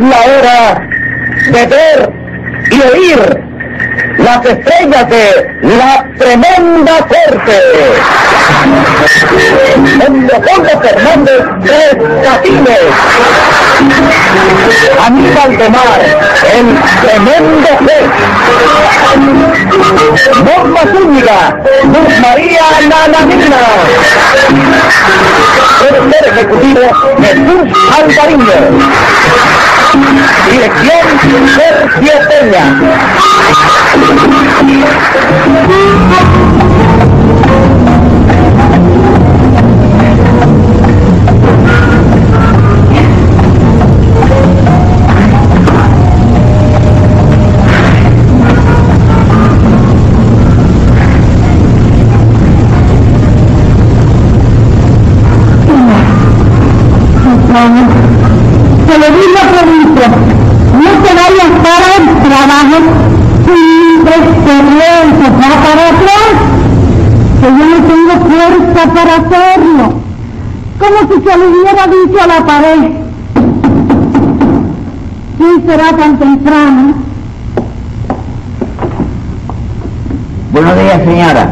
la hora de ver y oír las estrellas de la tremenda corte. En Leopoldo Fernández Tres Catines. Aníbal de Mar, el tremendo juez. Norma Zúñiga, Luz María Nananina. Productor ejecutivo Jesús Alvariño. Dirección Sergio Peña. Se le digo provincia, no se vayan para el trabajo sin experiencia ¿Va para atrás, que yo no tengo fuerza para hacerlo, como si se le hubiera dicho a la pared. ¿Quién será tan temprano? Buenos días, señora.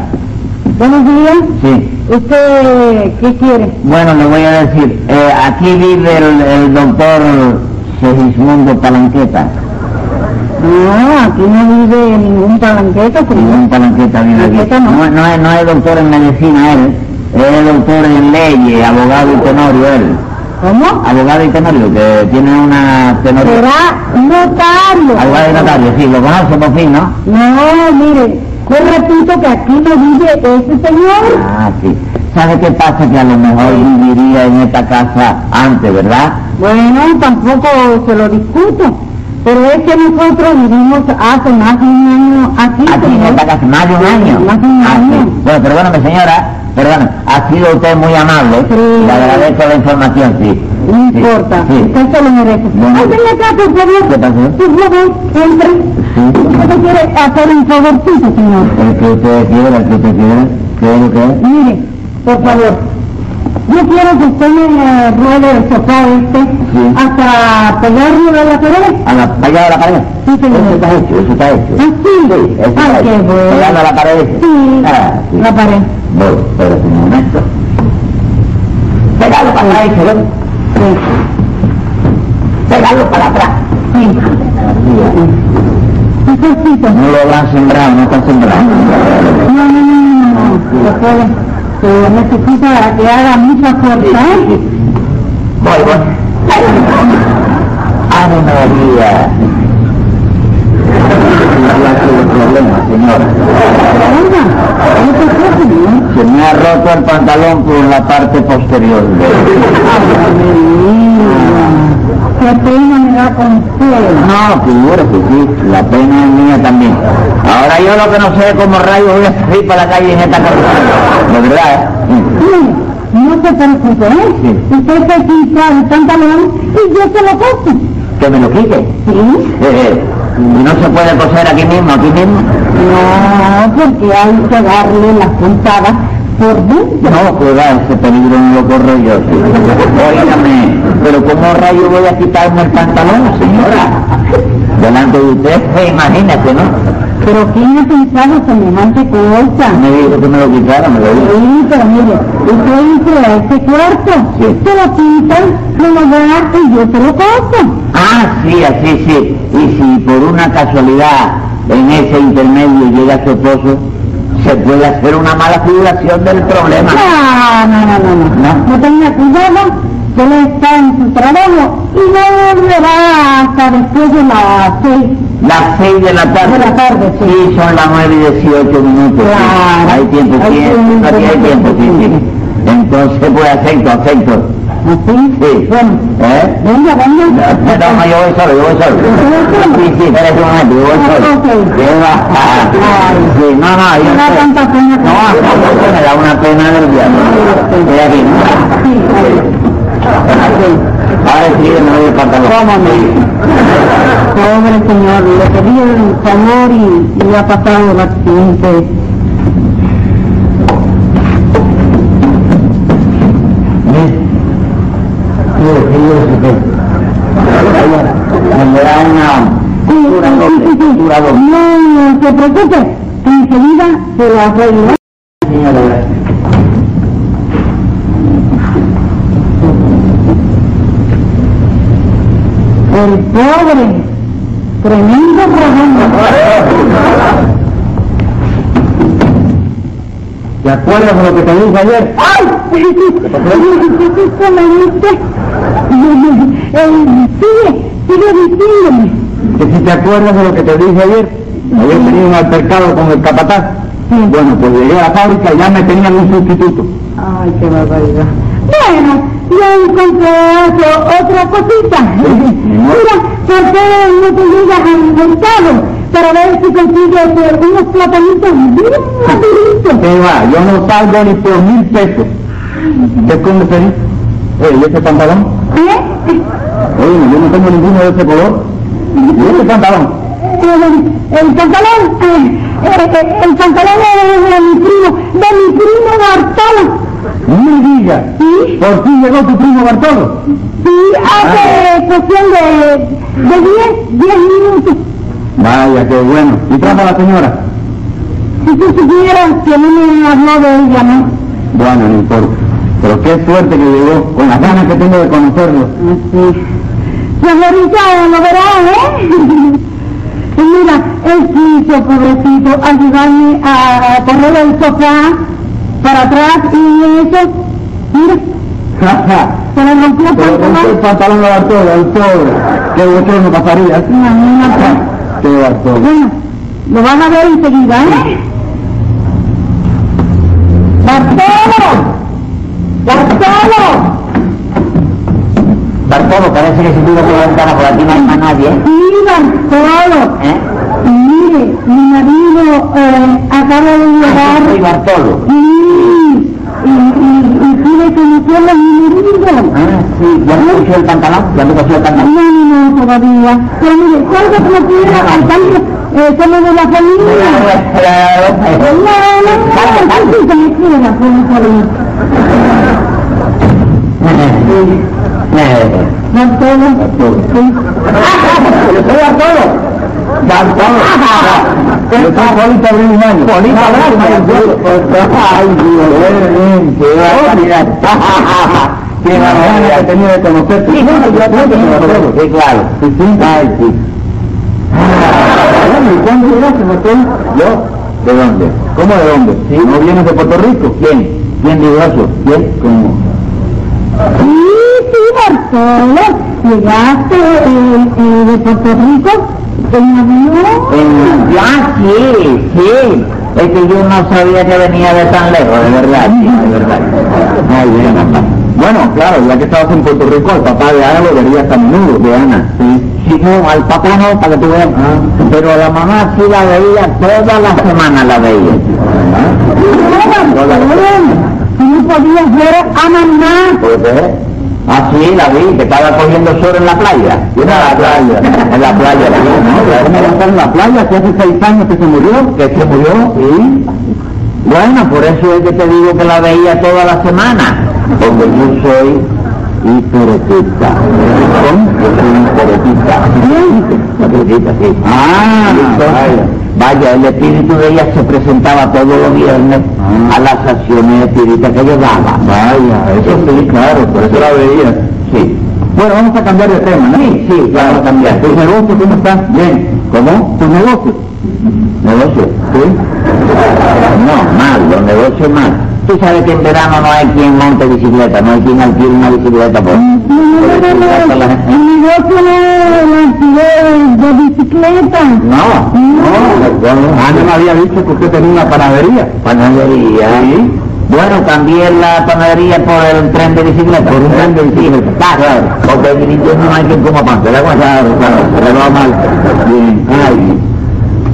Buenos días. Sí. ¿Usted qué quiere? Bueno, le voy a decir, eh, aquí vive el, el doctor Segismundo Palanqueta. No, aquí no vive ningún palanqueta, Ningún Palanqueta vive aquí. Palanqueta no. No, no es, no es doctor en medicina él, es doctor en leyes, abogado y tenorio él. ¿Cómo? Abogado y tenorio, que tiene una tenorio. Será notario. Abogado y notario, sí, lo conoce por fin, ¿no? No, mire, yo repito que aquí no vive ese señor. Ah, sí. ¿Sabe qué pasa? Que a lo mejor viviría en esta casa antes, ¿verdad? Bueno, tampoco se lo discuto, pero es que nosotros vivimos hace más de un año aquí. Aquí en señor. esta casa, más de un año. Más de un Ah, sí. año. Bueno, perdóname señora, perdóname, ha sido usted muy amable. Sí. Le agradezco la información, sí. No Sí, importa, Sí. usted se lo merece. Bueno. Ay, venga acá, por favor. ¿Qué pasó? Por favor, entre. ¿Usted quiere hacer un favorcito, señor? El que usted quiera, el que usted quiera, ¿qué es lo que es? Mire, por favor, yo quiero que usted me eh, ruede el sofá este Sí. hasta pegarlo de la pared. Ah, A la, allá de la pared. Sí, señor. Eso está hecho, eso está hecho. Así. Sí, eso Ay, está qué hecho. Pegando bueno. a la pared. dice. Sí, Ah, sí. la pared. Bueno, pero un momento. Pegalo para atrás, dice, ¿ven? Sí. Pegalo para atrás. Sí. Un sofrito. No lo han sembrado, no está sembrado. No, no, no, no, no, no. lo puede. Se necesita que haga mucha fuerza, ¿eh? Voy, voy. Ave María. No ha sido problema, señora. Oiga, no se preocupe, ¿no? Se me ha roto el pantalón por la parte posterior. Qué pena me da con usted. No, figúrese, sí, la pena es mía también. Ahora yo lo que no sé es cómo rayos voy a salir para la calle en esta casa. De verdad, ¿eh? Mire, No se preocupe, ¿eh? Sí. Usted se quita el pantalón y yo se lo costo. Que me lo quite. Eh, ¿Sí? eh, no se puede coser aquí mismo, aquí mismo. No, porque hay que darle las puntadas por dentro. No, cuidado, ese peligro no lo corro yo. sí. Óigame, pero ¿cómo rayos voy a quitarme el pantalón, señora? Delante de usted, eh, imagínate, ¿no? Pero ¿quién ha pensado semejante cosa? Me dijo que me lo quitara, me lo dijo. Sí, pero mire, usted entra a este cuarto, Sí. se lo quitan, me lo dan y yo se lo costo. Ah, sí, así, sí. Y si por una casualidad en ese intermedio llega su esposo, se puede hacer una mala figuración del problema. No, no, no, no, no. No tenga cuidado, que le está en su trabajo y no volverá hasta después de las seis. Las seis de la tarde. De la tarde, sí. Sí, son las nueve y dieciocho minutos. sí. Claro. Hay tiempo, Hay sí. tiempo, aquí hay tiempo, sí, sí. Entonces, pues acepto, acepto. ¿Así? Sí. ¿Ah, Bueno, ¿Eh? venga, venga. No, no, yo voy solo, yo voy solo. ¿Usted va solo? Sí, sí, espera un momento, yo voy Ah, solo. ok. Yo va- ah, Sí, no, no, yo Me da sé. tanta pena. No, a mí me da una pena del diablo. Estoy aquí. Sí, Ahora sí, me voy a pantalón. Pobre señor, le pedí el favor y, y ha pasado el accidente. Mire, mire, fíjese que Cuando era una cultura doble, cultura doble. No, no se preocupe, enseguida se lo arreglo. Señora, gracias. El pobre, tremendo problema. ¿Te acuerdas de lo que te dije ayer? ¡Ay! Solamente, eh, sigue, sigue diciéndome. Que si te acuerdas de lo que te dije ayer, ayer tenía un altercado con el capataz. Bueno, pues llegué a la fábrica y ya me tenían un sustituto. Ay, qué barbaridad. Bueno, ya encontré otro- otra cosita. ¿Eh? Mira, ¿por qué no te llegas al mercado para ver si consigues eh, unos platanitos bien maduritos? ¿Qué va? Yo no salgo ni por mil pesos. ¿Ves cómo te dice? Oye, ¿y ese pantalón? ¿Eh? Oye, yo no tengo ninguno de ese color. ¿Y ese pantalón? El, el pantalón, eh, eh, eh, el pantalón de, de mi primo, de mi primo Bartolo. ¡Mi digas! Sí. Por fin llegó tu primo Bartolo. Sí, hace cuestión de, de 10, 10 minutos. Vaya, qué bueno. ¿Y trajo a la señora? Si tú supieras que no me habló de ella, ¿no? Bueno, no importa. Pero qué suerte que llegó, con las ganas que tengo de conocerlo. Sí. La ahorita Pues lo verás, ¿eh? Y Mira, él quiso, pobrecito, ayudarme a correr el sofá para atrás y eso, mira, se le rompió Pero tanto con más. el pantalón de Bartolo, el pobre. Qué bochorno pasaría. Imagínate. Qué Bartolo. Bueno, lo van a ver enseguida, ¿eh? ¡Bartolo! ¡Bartolo! Bartolo, parece que si tú por la ventana por aquí no hay más nadie, ¿eh? ¡Sí, Bartolo! Mire, mi marido eh, acaba de llegar. Soy Bartolo. Sí, y, y, y tuve que meterle mi marido. Ah, sí. ¿Ya me cogió el pantalón? ¿Ya me cogió el No, pantalón? no, no, todavía. Pero mire, salgo como pudiera al tanto, eh, solo de la familia. No, no, no, no, sí, se me queda, por favor. Bartolo, sí. ¡Soy Bartolo! ¡Bartolo! Yo soy Polito Abril Mayo. ¡Polito Abril ¡Ay, Dios! ¡Qué barbaridad! ¡Qué barbaridad! que tenía de conocerte! Sí, yo Sí, claro. Sí, sí. ¡Ay, sí! Bueno, ¿y cuándo llegaste, Mateo? ¿Yo? ¿De dónde? ¿Cómo de dónde? ¿No vienes de Puerto Rico? ¿Quién? ¿Quién de Brazo? ¿Quién? ¿Cómo? Sí, sí, Bartolo. Llegaste eh, eh, de Puerto Rico en avión. Ya, sí, sí. Es que yo no sabía que venía de tan lejos, de verdad, sí, de verdad. Muy bien, papá. Bueno, claro, ya que estabas en Puerto Rico, al papá de Ana lo verías a menudo, de Ana. Sí. no, al papá no, para que tú veas. Pero a la mamá sí la veía, toda la semana la veía. No, Bartolo, si no podías ver a mamá. Pues, ¿eh? Ah, sí, la vi, que estaba cogiendo sol en la playa. Yo en la playa. En la playa, la vi, ¿no? La en la playa, que hace seis años que se murió. Que se murió, sí. Bueno, por eso es que te digo que la veía toda la semana. Porque yo soy hiperetista. ¿Cómo? Yo soy hiperetista. Hiperetista, sí. Ah, vaya. Vaya, el espíritu de ella se presentaba todos los viernes a las acciones espíritas que llevaba. Ah. Vaya, eso sí, claro, por eso la veía. Sí. Bueno, vamos a cambiar de tema, ¿no? Sí, sí, vamos a cambiar. ¿Tu negocio cómo está? Bien. ¿Cómo? ¿Tu negocio? ¿Negocio? ¿Sí? No, mal, los negocios mal. Tú sabes que en verano no hay quien monte bicicleta, no hay quien alquile una bicicleta por... No, no, no, no, no. Mi negocio no es alquiler de bicicleta. No, Ah, no, Ana me había dicho que usted tenía una panadería. Panadería. Bueno, también la panadería por el tren de bicicleta. Por un tren de bicicleta. Claro. Porque en Nintendo no hay quien coma pan, ¿verdad? Claro, claro, se le va mal. Bien. Ay.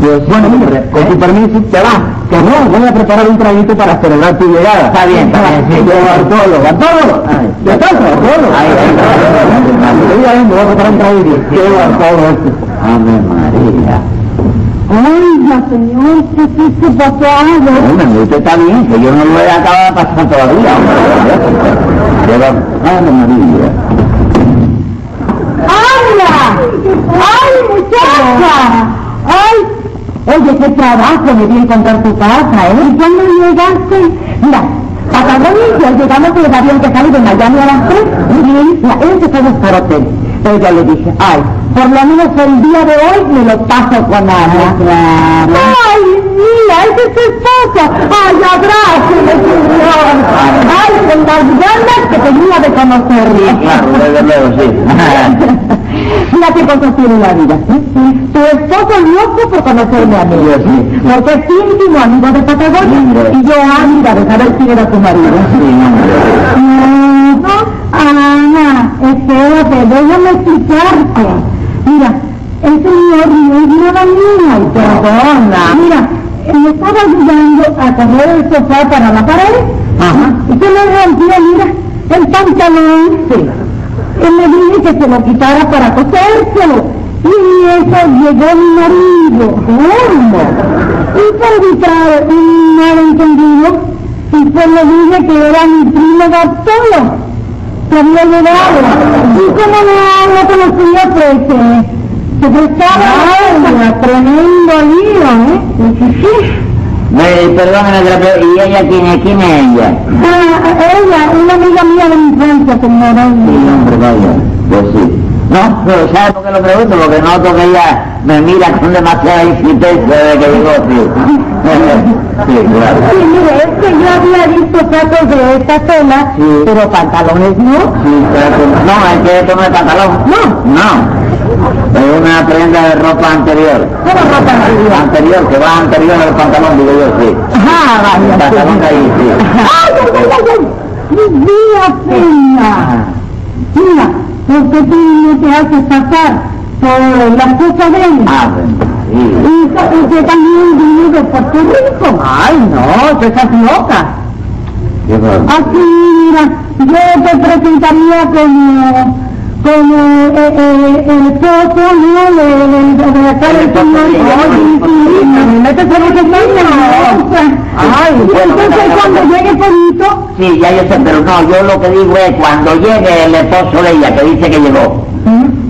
Pues, bueno, hombre, con tu permiso, te vas. Que no, voy a preparar un traguito para celebrar tu llegada. Está bien, está bien, sí. Yo, Bartolo. ¿Bartolo? ¿Ya estás, Bartolo? Ahí, ahí. Yo ya vengo, voy a preparar un traguito. Yo, Bartolo. Amén, María. Oiga, señor, ¿qué es este pasado? Hombre, usted está bien, que yo no lo he acabado de pasar todavía. hombre. Pero, Ana María. ¡Ay, ¡Ay, muchacha! ¡Ay! Oye, qué trabajo me di encontrar tu casa, ¿eh? ¿Y cuándo llegaste? Mira, Patagón y yo llegamos en el avión que sale de Miami a las tres. Muy bien. Mira, él se fue a buscar hotel. Pero yo le dije, ay, por lo menos el día de hoy me lo paso con Ana. Ah, ¡Ay, mira, ese es tu esposo! ¡Ay, abráceme, señor! ¡Ay, con las ganas que tenía de conocerle! Claro, desde luego, sí. Mira qué cosas tiene la vida. Tu esposo loco por conocerme a mí. Yo sí. Porque es íntimo amigo de Patagonia. Y yo ávida de saber quién era tu marido. Sí, hombre. Ana, espérate, déjame explicarte. Mira, el señor no es una bandera. Ay, perdona. Mira, me estaba ayudando a coger el sofá para la pared. Ajá. Y se me rompió, mira, el pantalón. Él me dijo que se lo quitara para cosérselo. Y eso llegó mi marido, enfermo. Y por evitar un malentendido, y pues le dije que era mi primo Bartolo, que había llegado. Y como no lo conocía, pues eh, se prestaba a tremendo lío, ¿eh? Sí, sí. Me perdonen, pero ¿y ella quién es? ¿Quién es ella? Ah, ella, una amiga mía de mi infancia, señora. Sí, hombre, vaya. Pues sí. No, pero ¿sabes por qué lo pregunto? Porque noto que ella me mira con demasiada insistencia desde que llegó, sí. sí, Sí, claro. mire, es que yo había visto fotos de esta zona, Sí. pero pantalones no. Sí, claro. No, es que esto no es pantalón. No. No. Es una prenda de ropa anterior. ¿Cómo ropa anterior? Anterior, que va anterior al pantalón, digo yo, sí. Ajá, vaya. Pantalón sí. de ahí, sí. ¡Ay, ay, ay, ay, ay! ¡Mi vida, Ah, fina! Mira, porque tú no te haces pasar por las cosas de él. Ah, sí. Y que también vino de Puerto Rico. Ay, no, tú estás loca. Qué bueno. Así, mira, yo te presentaría como, como eh, eh, el esposo, ¿no? De, de, de, de acá del señor. Ay, sí, sí, me metes en ese tema. Ay, entonces cuando llegue Polito, Sí, ya yo sé, pero no, yo lo que digo es cuando llegue el esposo de ella, que dice que llegó.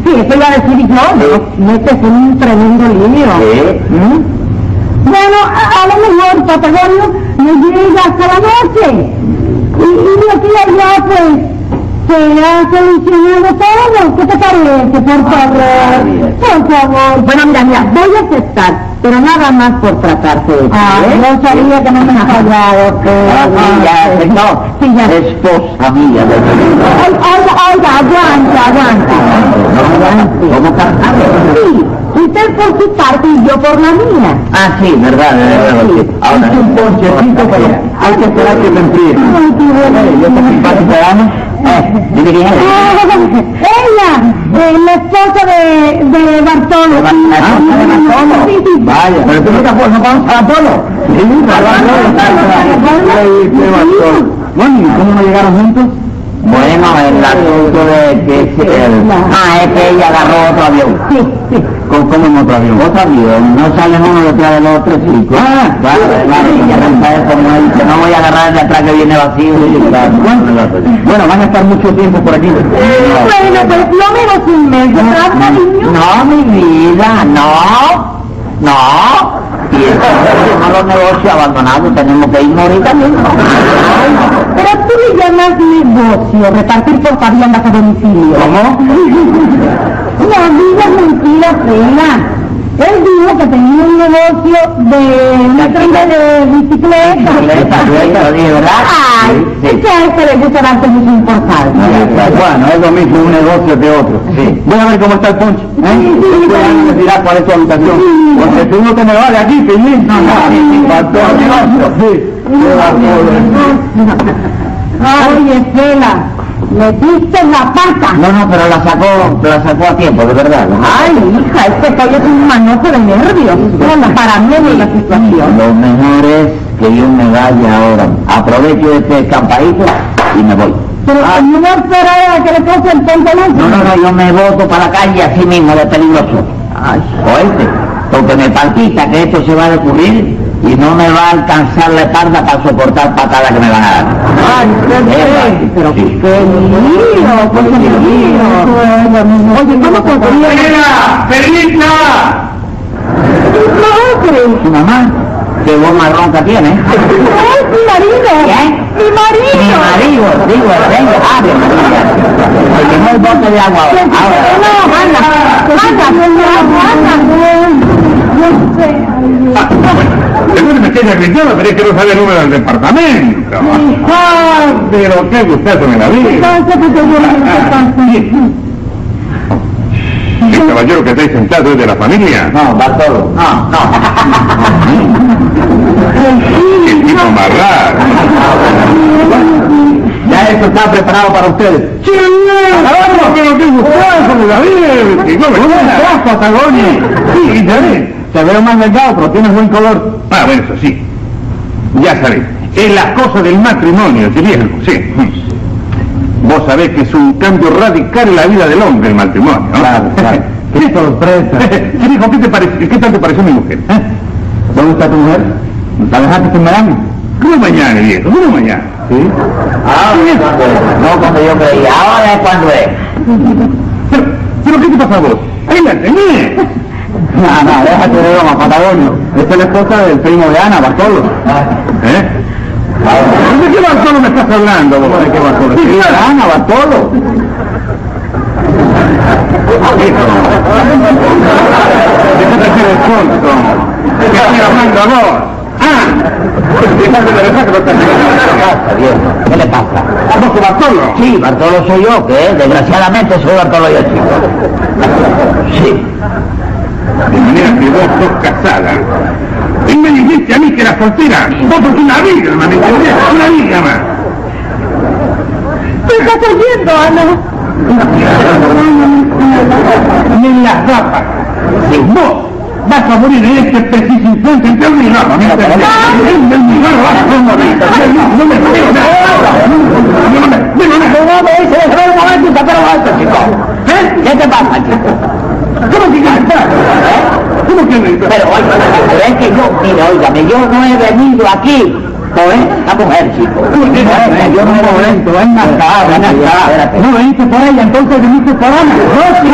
Sí, eso iba a decir yo, me metes en un tremendo lío. ¿Eh? ¿Mm? Bueno, a, a lo mejor Patagonio me llega hasta la noche. Y, y de aquí a allá, pues, se ha solucionado todo. ¿Qué te parece? Por favor, por favor. Ah, Bueno, mira, mira, voy a aceptar, pero nada más por tratarse de Ah, no sabía que no me has fallado. ¿Eh? Ah, sí, ya aceptó. Sí, ya. Esposa mía de Ay, oiga, oiga, aguanta, aguanta. ¿Cómo ¿Cómo está? Sí, usted por su parte y yo por la mía. Ah, sí, verdad, verdad, sí. Ahora Es un ponchecito, pero hay que esperar que se enfríe. Ay, qué bueno. Yo te simpático, ¿verdad? Eh, dime quién es. Ella, eh, la esposa de, de Bartolo. Ah, ¿de Bartolo? Sí, sí. Vaya, pero tú nunca fuiste a Apolo. Sí, a Bartolo. Bueno, ¿y cómo no llegaron juntos? Bueno, el asunto de que se- el- Ah, es que ella agarró otro avión. Sí, sí. ¿Con cómo en otro avión? Otro avión, no salen uno detrás del otro, chico. Ah, claro, claro, ya sabes cómo es, que no voy a agarrar el de atrás que viene vacío. Bueno, van a estar mucho tiempo por aquí. Bueno, pues no menos un mes, ¿verdad, cariño? No, mi vida, no, no. Y eso es un malo negocio abandonado, tenemos que irnos ahorita mismo. Pero tú le llamas negocio, repartir portaviandas a domicilio. ¿Cómo? No digas mentiras, Reina. Él dijo que tenía un negocio de una tienda de Bicicleta, yo ahí lo bicicletas. dije, ¿verdad? Ay, Sí, sí. es que a este le gusta darse mucho importancia. Bueno, es lo mismo un negocio que otro. Sí. Voy a ver cómo está el ponche. ¿eh? Sí, sí, Voy a sí. mirar cuál es tu habitación. Sí. Porque tú no te me vas de aquí, Piñín. No, no, sí, sí. Oye, Estela, metiste la pata. No, no, pero la sacó, la sacó a tiempo, de verdad. Ay, hija, este pollo es un manojo de nervios. Bueno, para mí es la situación. Lo mejor es que yo me vaya ahora. Aprovecho este escampadito y me voy. Pero Ah, que no esperaba que le puse el pantalón. no, no, no, yo me voto para la calle así mismo de peligroso. Ay, oíste, porque me palpita que esto se va a ocurrir y no me va a alcanzar la espalda para soportar patadas que me van a dar. Ay, qué Eh, pero sí. qué lío, qué lío. lo mismo. Oye, ¿cómo podría? ¡Perdida! ¡Perdida! ¡No, hombre! ¿Tu mamá? ¿Qué voz más ronca tiene? ¡Es mi marido! ¿Qué? ¡Mi marido! Mi marido, digo, venga, abre, María. Porque no hay bote de agua ahora. No, Ahora. anda, anda, No sé, ay, Dios. Seguro me tiene gritando, pero es que no sabe el número del departamento. Ah, Pero qué gustazo me la vi. Entonces, pues, yo voy a ver qué pasa. El Este caballero que estáis sentado es de la familia. No, va solo. No, El mismo Marrar. Ya esto está preparado para ustedes. ¡Qué bien! ¡Pero qué gustazo me la vi! ¡Y no me jodas! Sí, y sabes. Te veo más delgado, pero tienes buen color. Ah, bueno, eso sí. Ya sabéis, es la cosa del matrimonio, diría el José. Vos sabés que es un cambio radical en la vida del hombre el matrimonio. ¿no? Claro, claro. Qué sorpresa. ¿Qué dijo? ¿Qué te parece? ¿Qué tal te pareció mi mujer? ¿Eh? ¿Dónde está tu mujer? ¿La dejaste sin verano? No mañana, viejo, no mañana. Sí. Ah, no cuando yo creía. Ahora es cuando es. Pero, pero ¿qué te pasa a vos? Ahí la tenés. No, no, déjate de broma, Patagonio. Esta es la esposa del primo de Ana, Bartolo. Ah. ¿Eh? ¿De qué Bartolo me estás hablando vos? ¿De qué Bartolo? Sí, Sí, claro. Ana, Bartolo. ¿De qué te refieres, tonto? ¿De qué estoy hablando a vos? Ah, dejaste de verdad que no estás pasa, viejo? ¿Qué le pasa? ¿Vos que Bartolo? Sí, Bartolo soy yo, que eh, desgraciadamente soy Bartolo yo, chico. Sí. De manera que vos sos casada. Y me dijiste a mí que era soltera. Vos sos una virga, ¿me entendés? Una virga más. ¿Qué estás oyendo, Ana? Ni en las gafas. Y vos vas a morir en este preciso instante entre un milagro. ¿me entendés? En el milagro vas a morir. No me creo nada. No me creo nada. No me dice, déjame un momento y sacar alto, chico. ¿Eh? ¿Qué te pasa, chico? ¿Cómo que cantar? ¿Cómo que me Pero, oiga, pero es que yo, mire, óigame, yo no he venido aquí por esta mujer, chico. Yo no he venido, es Nazarena, es Nazarena. No veniste por ella, entonces viniste por Ana. No, no,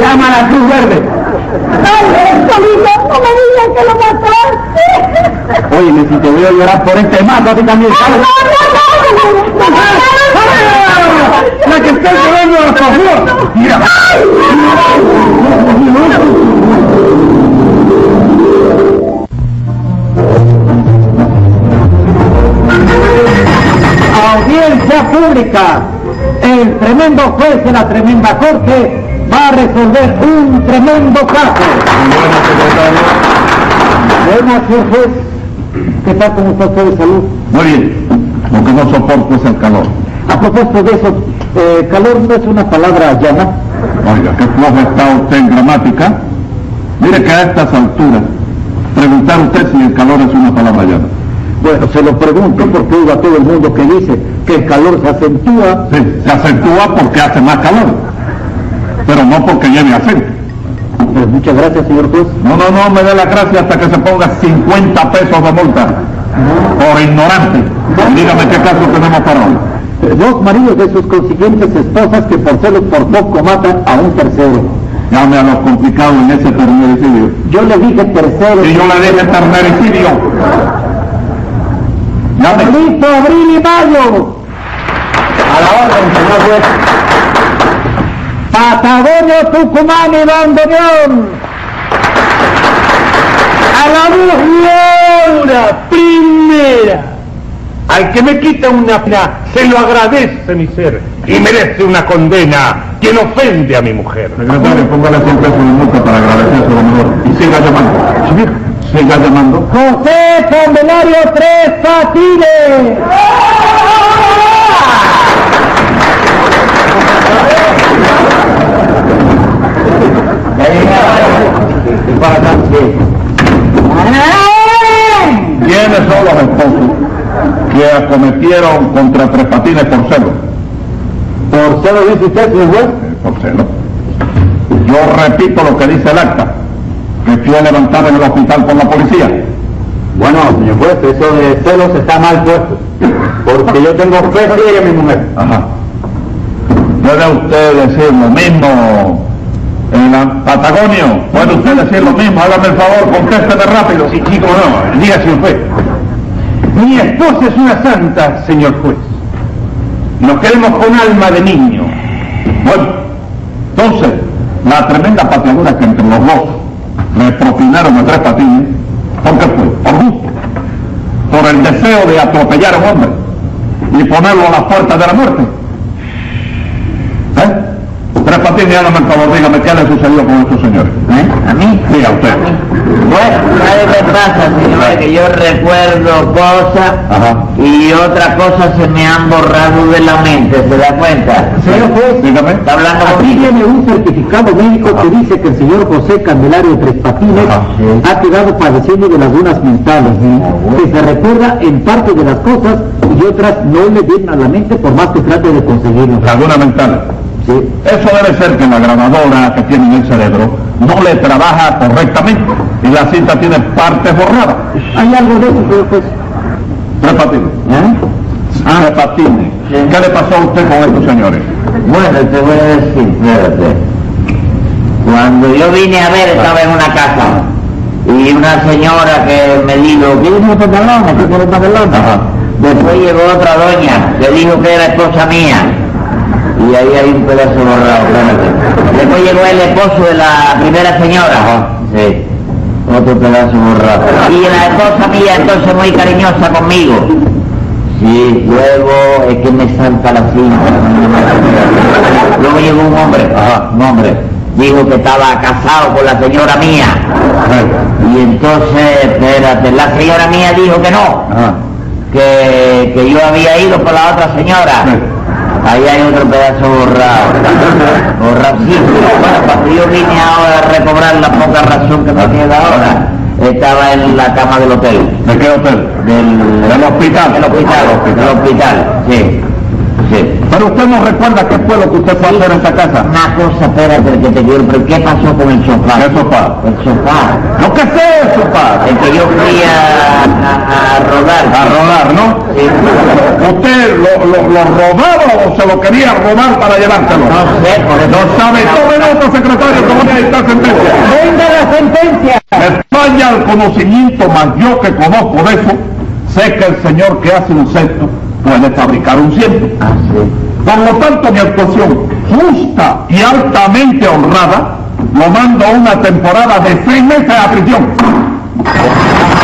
Llama a la Cruz Verde. ¡Ay, Solito, no me digas que lo mataste! Oye, si te voy a llorar por este mato, a ti también, ¡No, ¿sabes? no, no! ¡No, no, La que está llevando a favor. Mira. Audiencia pública. El tremendo juez de la tremenda corte va a resolver un tremendo caso. Buenas, señor juez. ¿Qué tal? ¿Cómo está usted de salud? Muy bien. Lo que no soporto es el calor. A propósito de eso, eh, calor no es una palabra llana. Oiga, qué flojo está usted en gramática. Mire que a estas alturas, preguntar usted si el calor es una palabra llana. Bueno, se lo pregunto porque digo a todo el mundo que dice que el calor se acentúa. Sí, se acentúa porque hace más calor, pero no porque lleve acento. Pues muchas gracias, señor juez. No, no, no, me dé la gracia hasta que se ponga 50 pesos de multa por ignorante. Dígame qué caso tenemos para hoy. Eh, Dos maridos de sus consiguientes esposas que por celos por poco matan a un tercero. Llame a los complicados en ese ternericidio. Yo le dije tercero. Y yo le dije ternericidio. Llame. ¡Listo, abril y mayo! A la orden, señor juez. Patagonio, Tucumán y Bandoneón. A la voz de ahora, primera. Al que me quita una pena, se lo agradece mi ser. Y merece una condena. Quien ofende a mi mujer. Secretario, póngale 100 pesos de multa para agradecerse lo mejor. Y siga llamando. Siga llamando. José Candelario Tres Patines. dieron contra Tres Patines por celo. ¿Por cero dice usted, señor juez? Eh, por celo. Yo repito lo que dice el acta, que fui a levantar en el hospital por la policía. Bueno, señor juez, eso de celos está mal puesto. Porque yo tengo fe ciega en mi mujer. Ajá. ¿Puede usted decir lo mismo en la Patagonio? ¿Puede usted decir lo mismo? Hágame el favor, contésteme rápido. Sí, chico, eh. no, dígase usted. Mi esposa es una santa, señor juez. Nos queremos con alma de niño. Bueno, entonces, la tremenda pateadura que entre los dos le propinaron a tres patines, ¿por qué fue? Por gusto. Por el deseo de atropellar a un hombre y ponerlo a las puertas de la muerte. ¿Eh? Tres patines, hágame el favor, dígame qué le sucedió con estos señores. ¿Eh? ¿A mí? Sí, a usted. Bueno, ¿sabe qué pasa, señora? Que yo recuerdo cosas Ajá. y otras cosas se me han borrado de la mente, ¿se da cuenta? Dígame. Está hablando Aquí conmigo. viene un certificado médico que dice que el señor José Candelario Tres Patines Ajá, sí. ha quedado padeciendo de lagunas mentales, Ah, que se recuerda en parte de las cosas y otras no le vienen a la mente por más que trate de conseguirlo. Laguna mental. Sí. Eso debe ser que la grabadora que tiene en el cerebro no le trabaja correctamente y la cinta tiene partes borradas. Hay algo de eso, pero pues... Tres patines. Ah, ¿Eh? Tres patines. Sí. ¿Qué le pasó a usted con estos señores? Bueno, te voy a decir, espérate. Cuando yo vine a ver, estaba en una casa. Y una señora que me dijo, ¿quieres un pantalón? ¿Aquí por un pantalón? Ajá. Después llegó otra doña que dijo que era esposa mía. Y ahí hay un pedazo borrado, espérate. Después llegó el esposo de la primera señora. Sí. Otro pedazo borrado. Y la esposa mía entonces muy cariñosa conmigo. Sí, luego es que me salta la cinta. Luego llegó un hombre, ajá, un hombre. Dijo que estaba casado con la señora mía. Y entonces, espérate, la señora mía dijo que no Ajá. que, que yo había ido por la otra señora. Sí. Ahí hay otro pedazo borrado. Borrado, sí. Bueno, cuando yo vine ahora a recobrar la poca razón que me Ah. queda ahora, estaba en la cama del hotel. ¿De qué hotel? Del, Del hospital. Del hospital, del hospital, sí. Sí. Pero usted no recuerda qué fue lo que usted fue a hacer en esa casa. Una cosa, espérate, que te quiero, pero ¿qué pasó con el sofá? ¿Qué sofá? El sofá. Lo que sé es sofá. El que yo fui a, a- a rodar. A rodar, ¿no? Sí. ¿Usted lo, lo, lo robaba o se lo quería robar para llevárselo? No sé, por eso. No sabe, tome nota, secretario, que voy a dictar sentencia. ¡Venga la sentencia! Me extraña el conocimiento, más yo que conozco de eso, sé que el señor que hace un sexto puede fabricar un ciento. Ah, sí. Por lo tanto, mi actuación justa y altamente honrada lo mando a una temporada de seis meses a prisión. Bueno,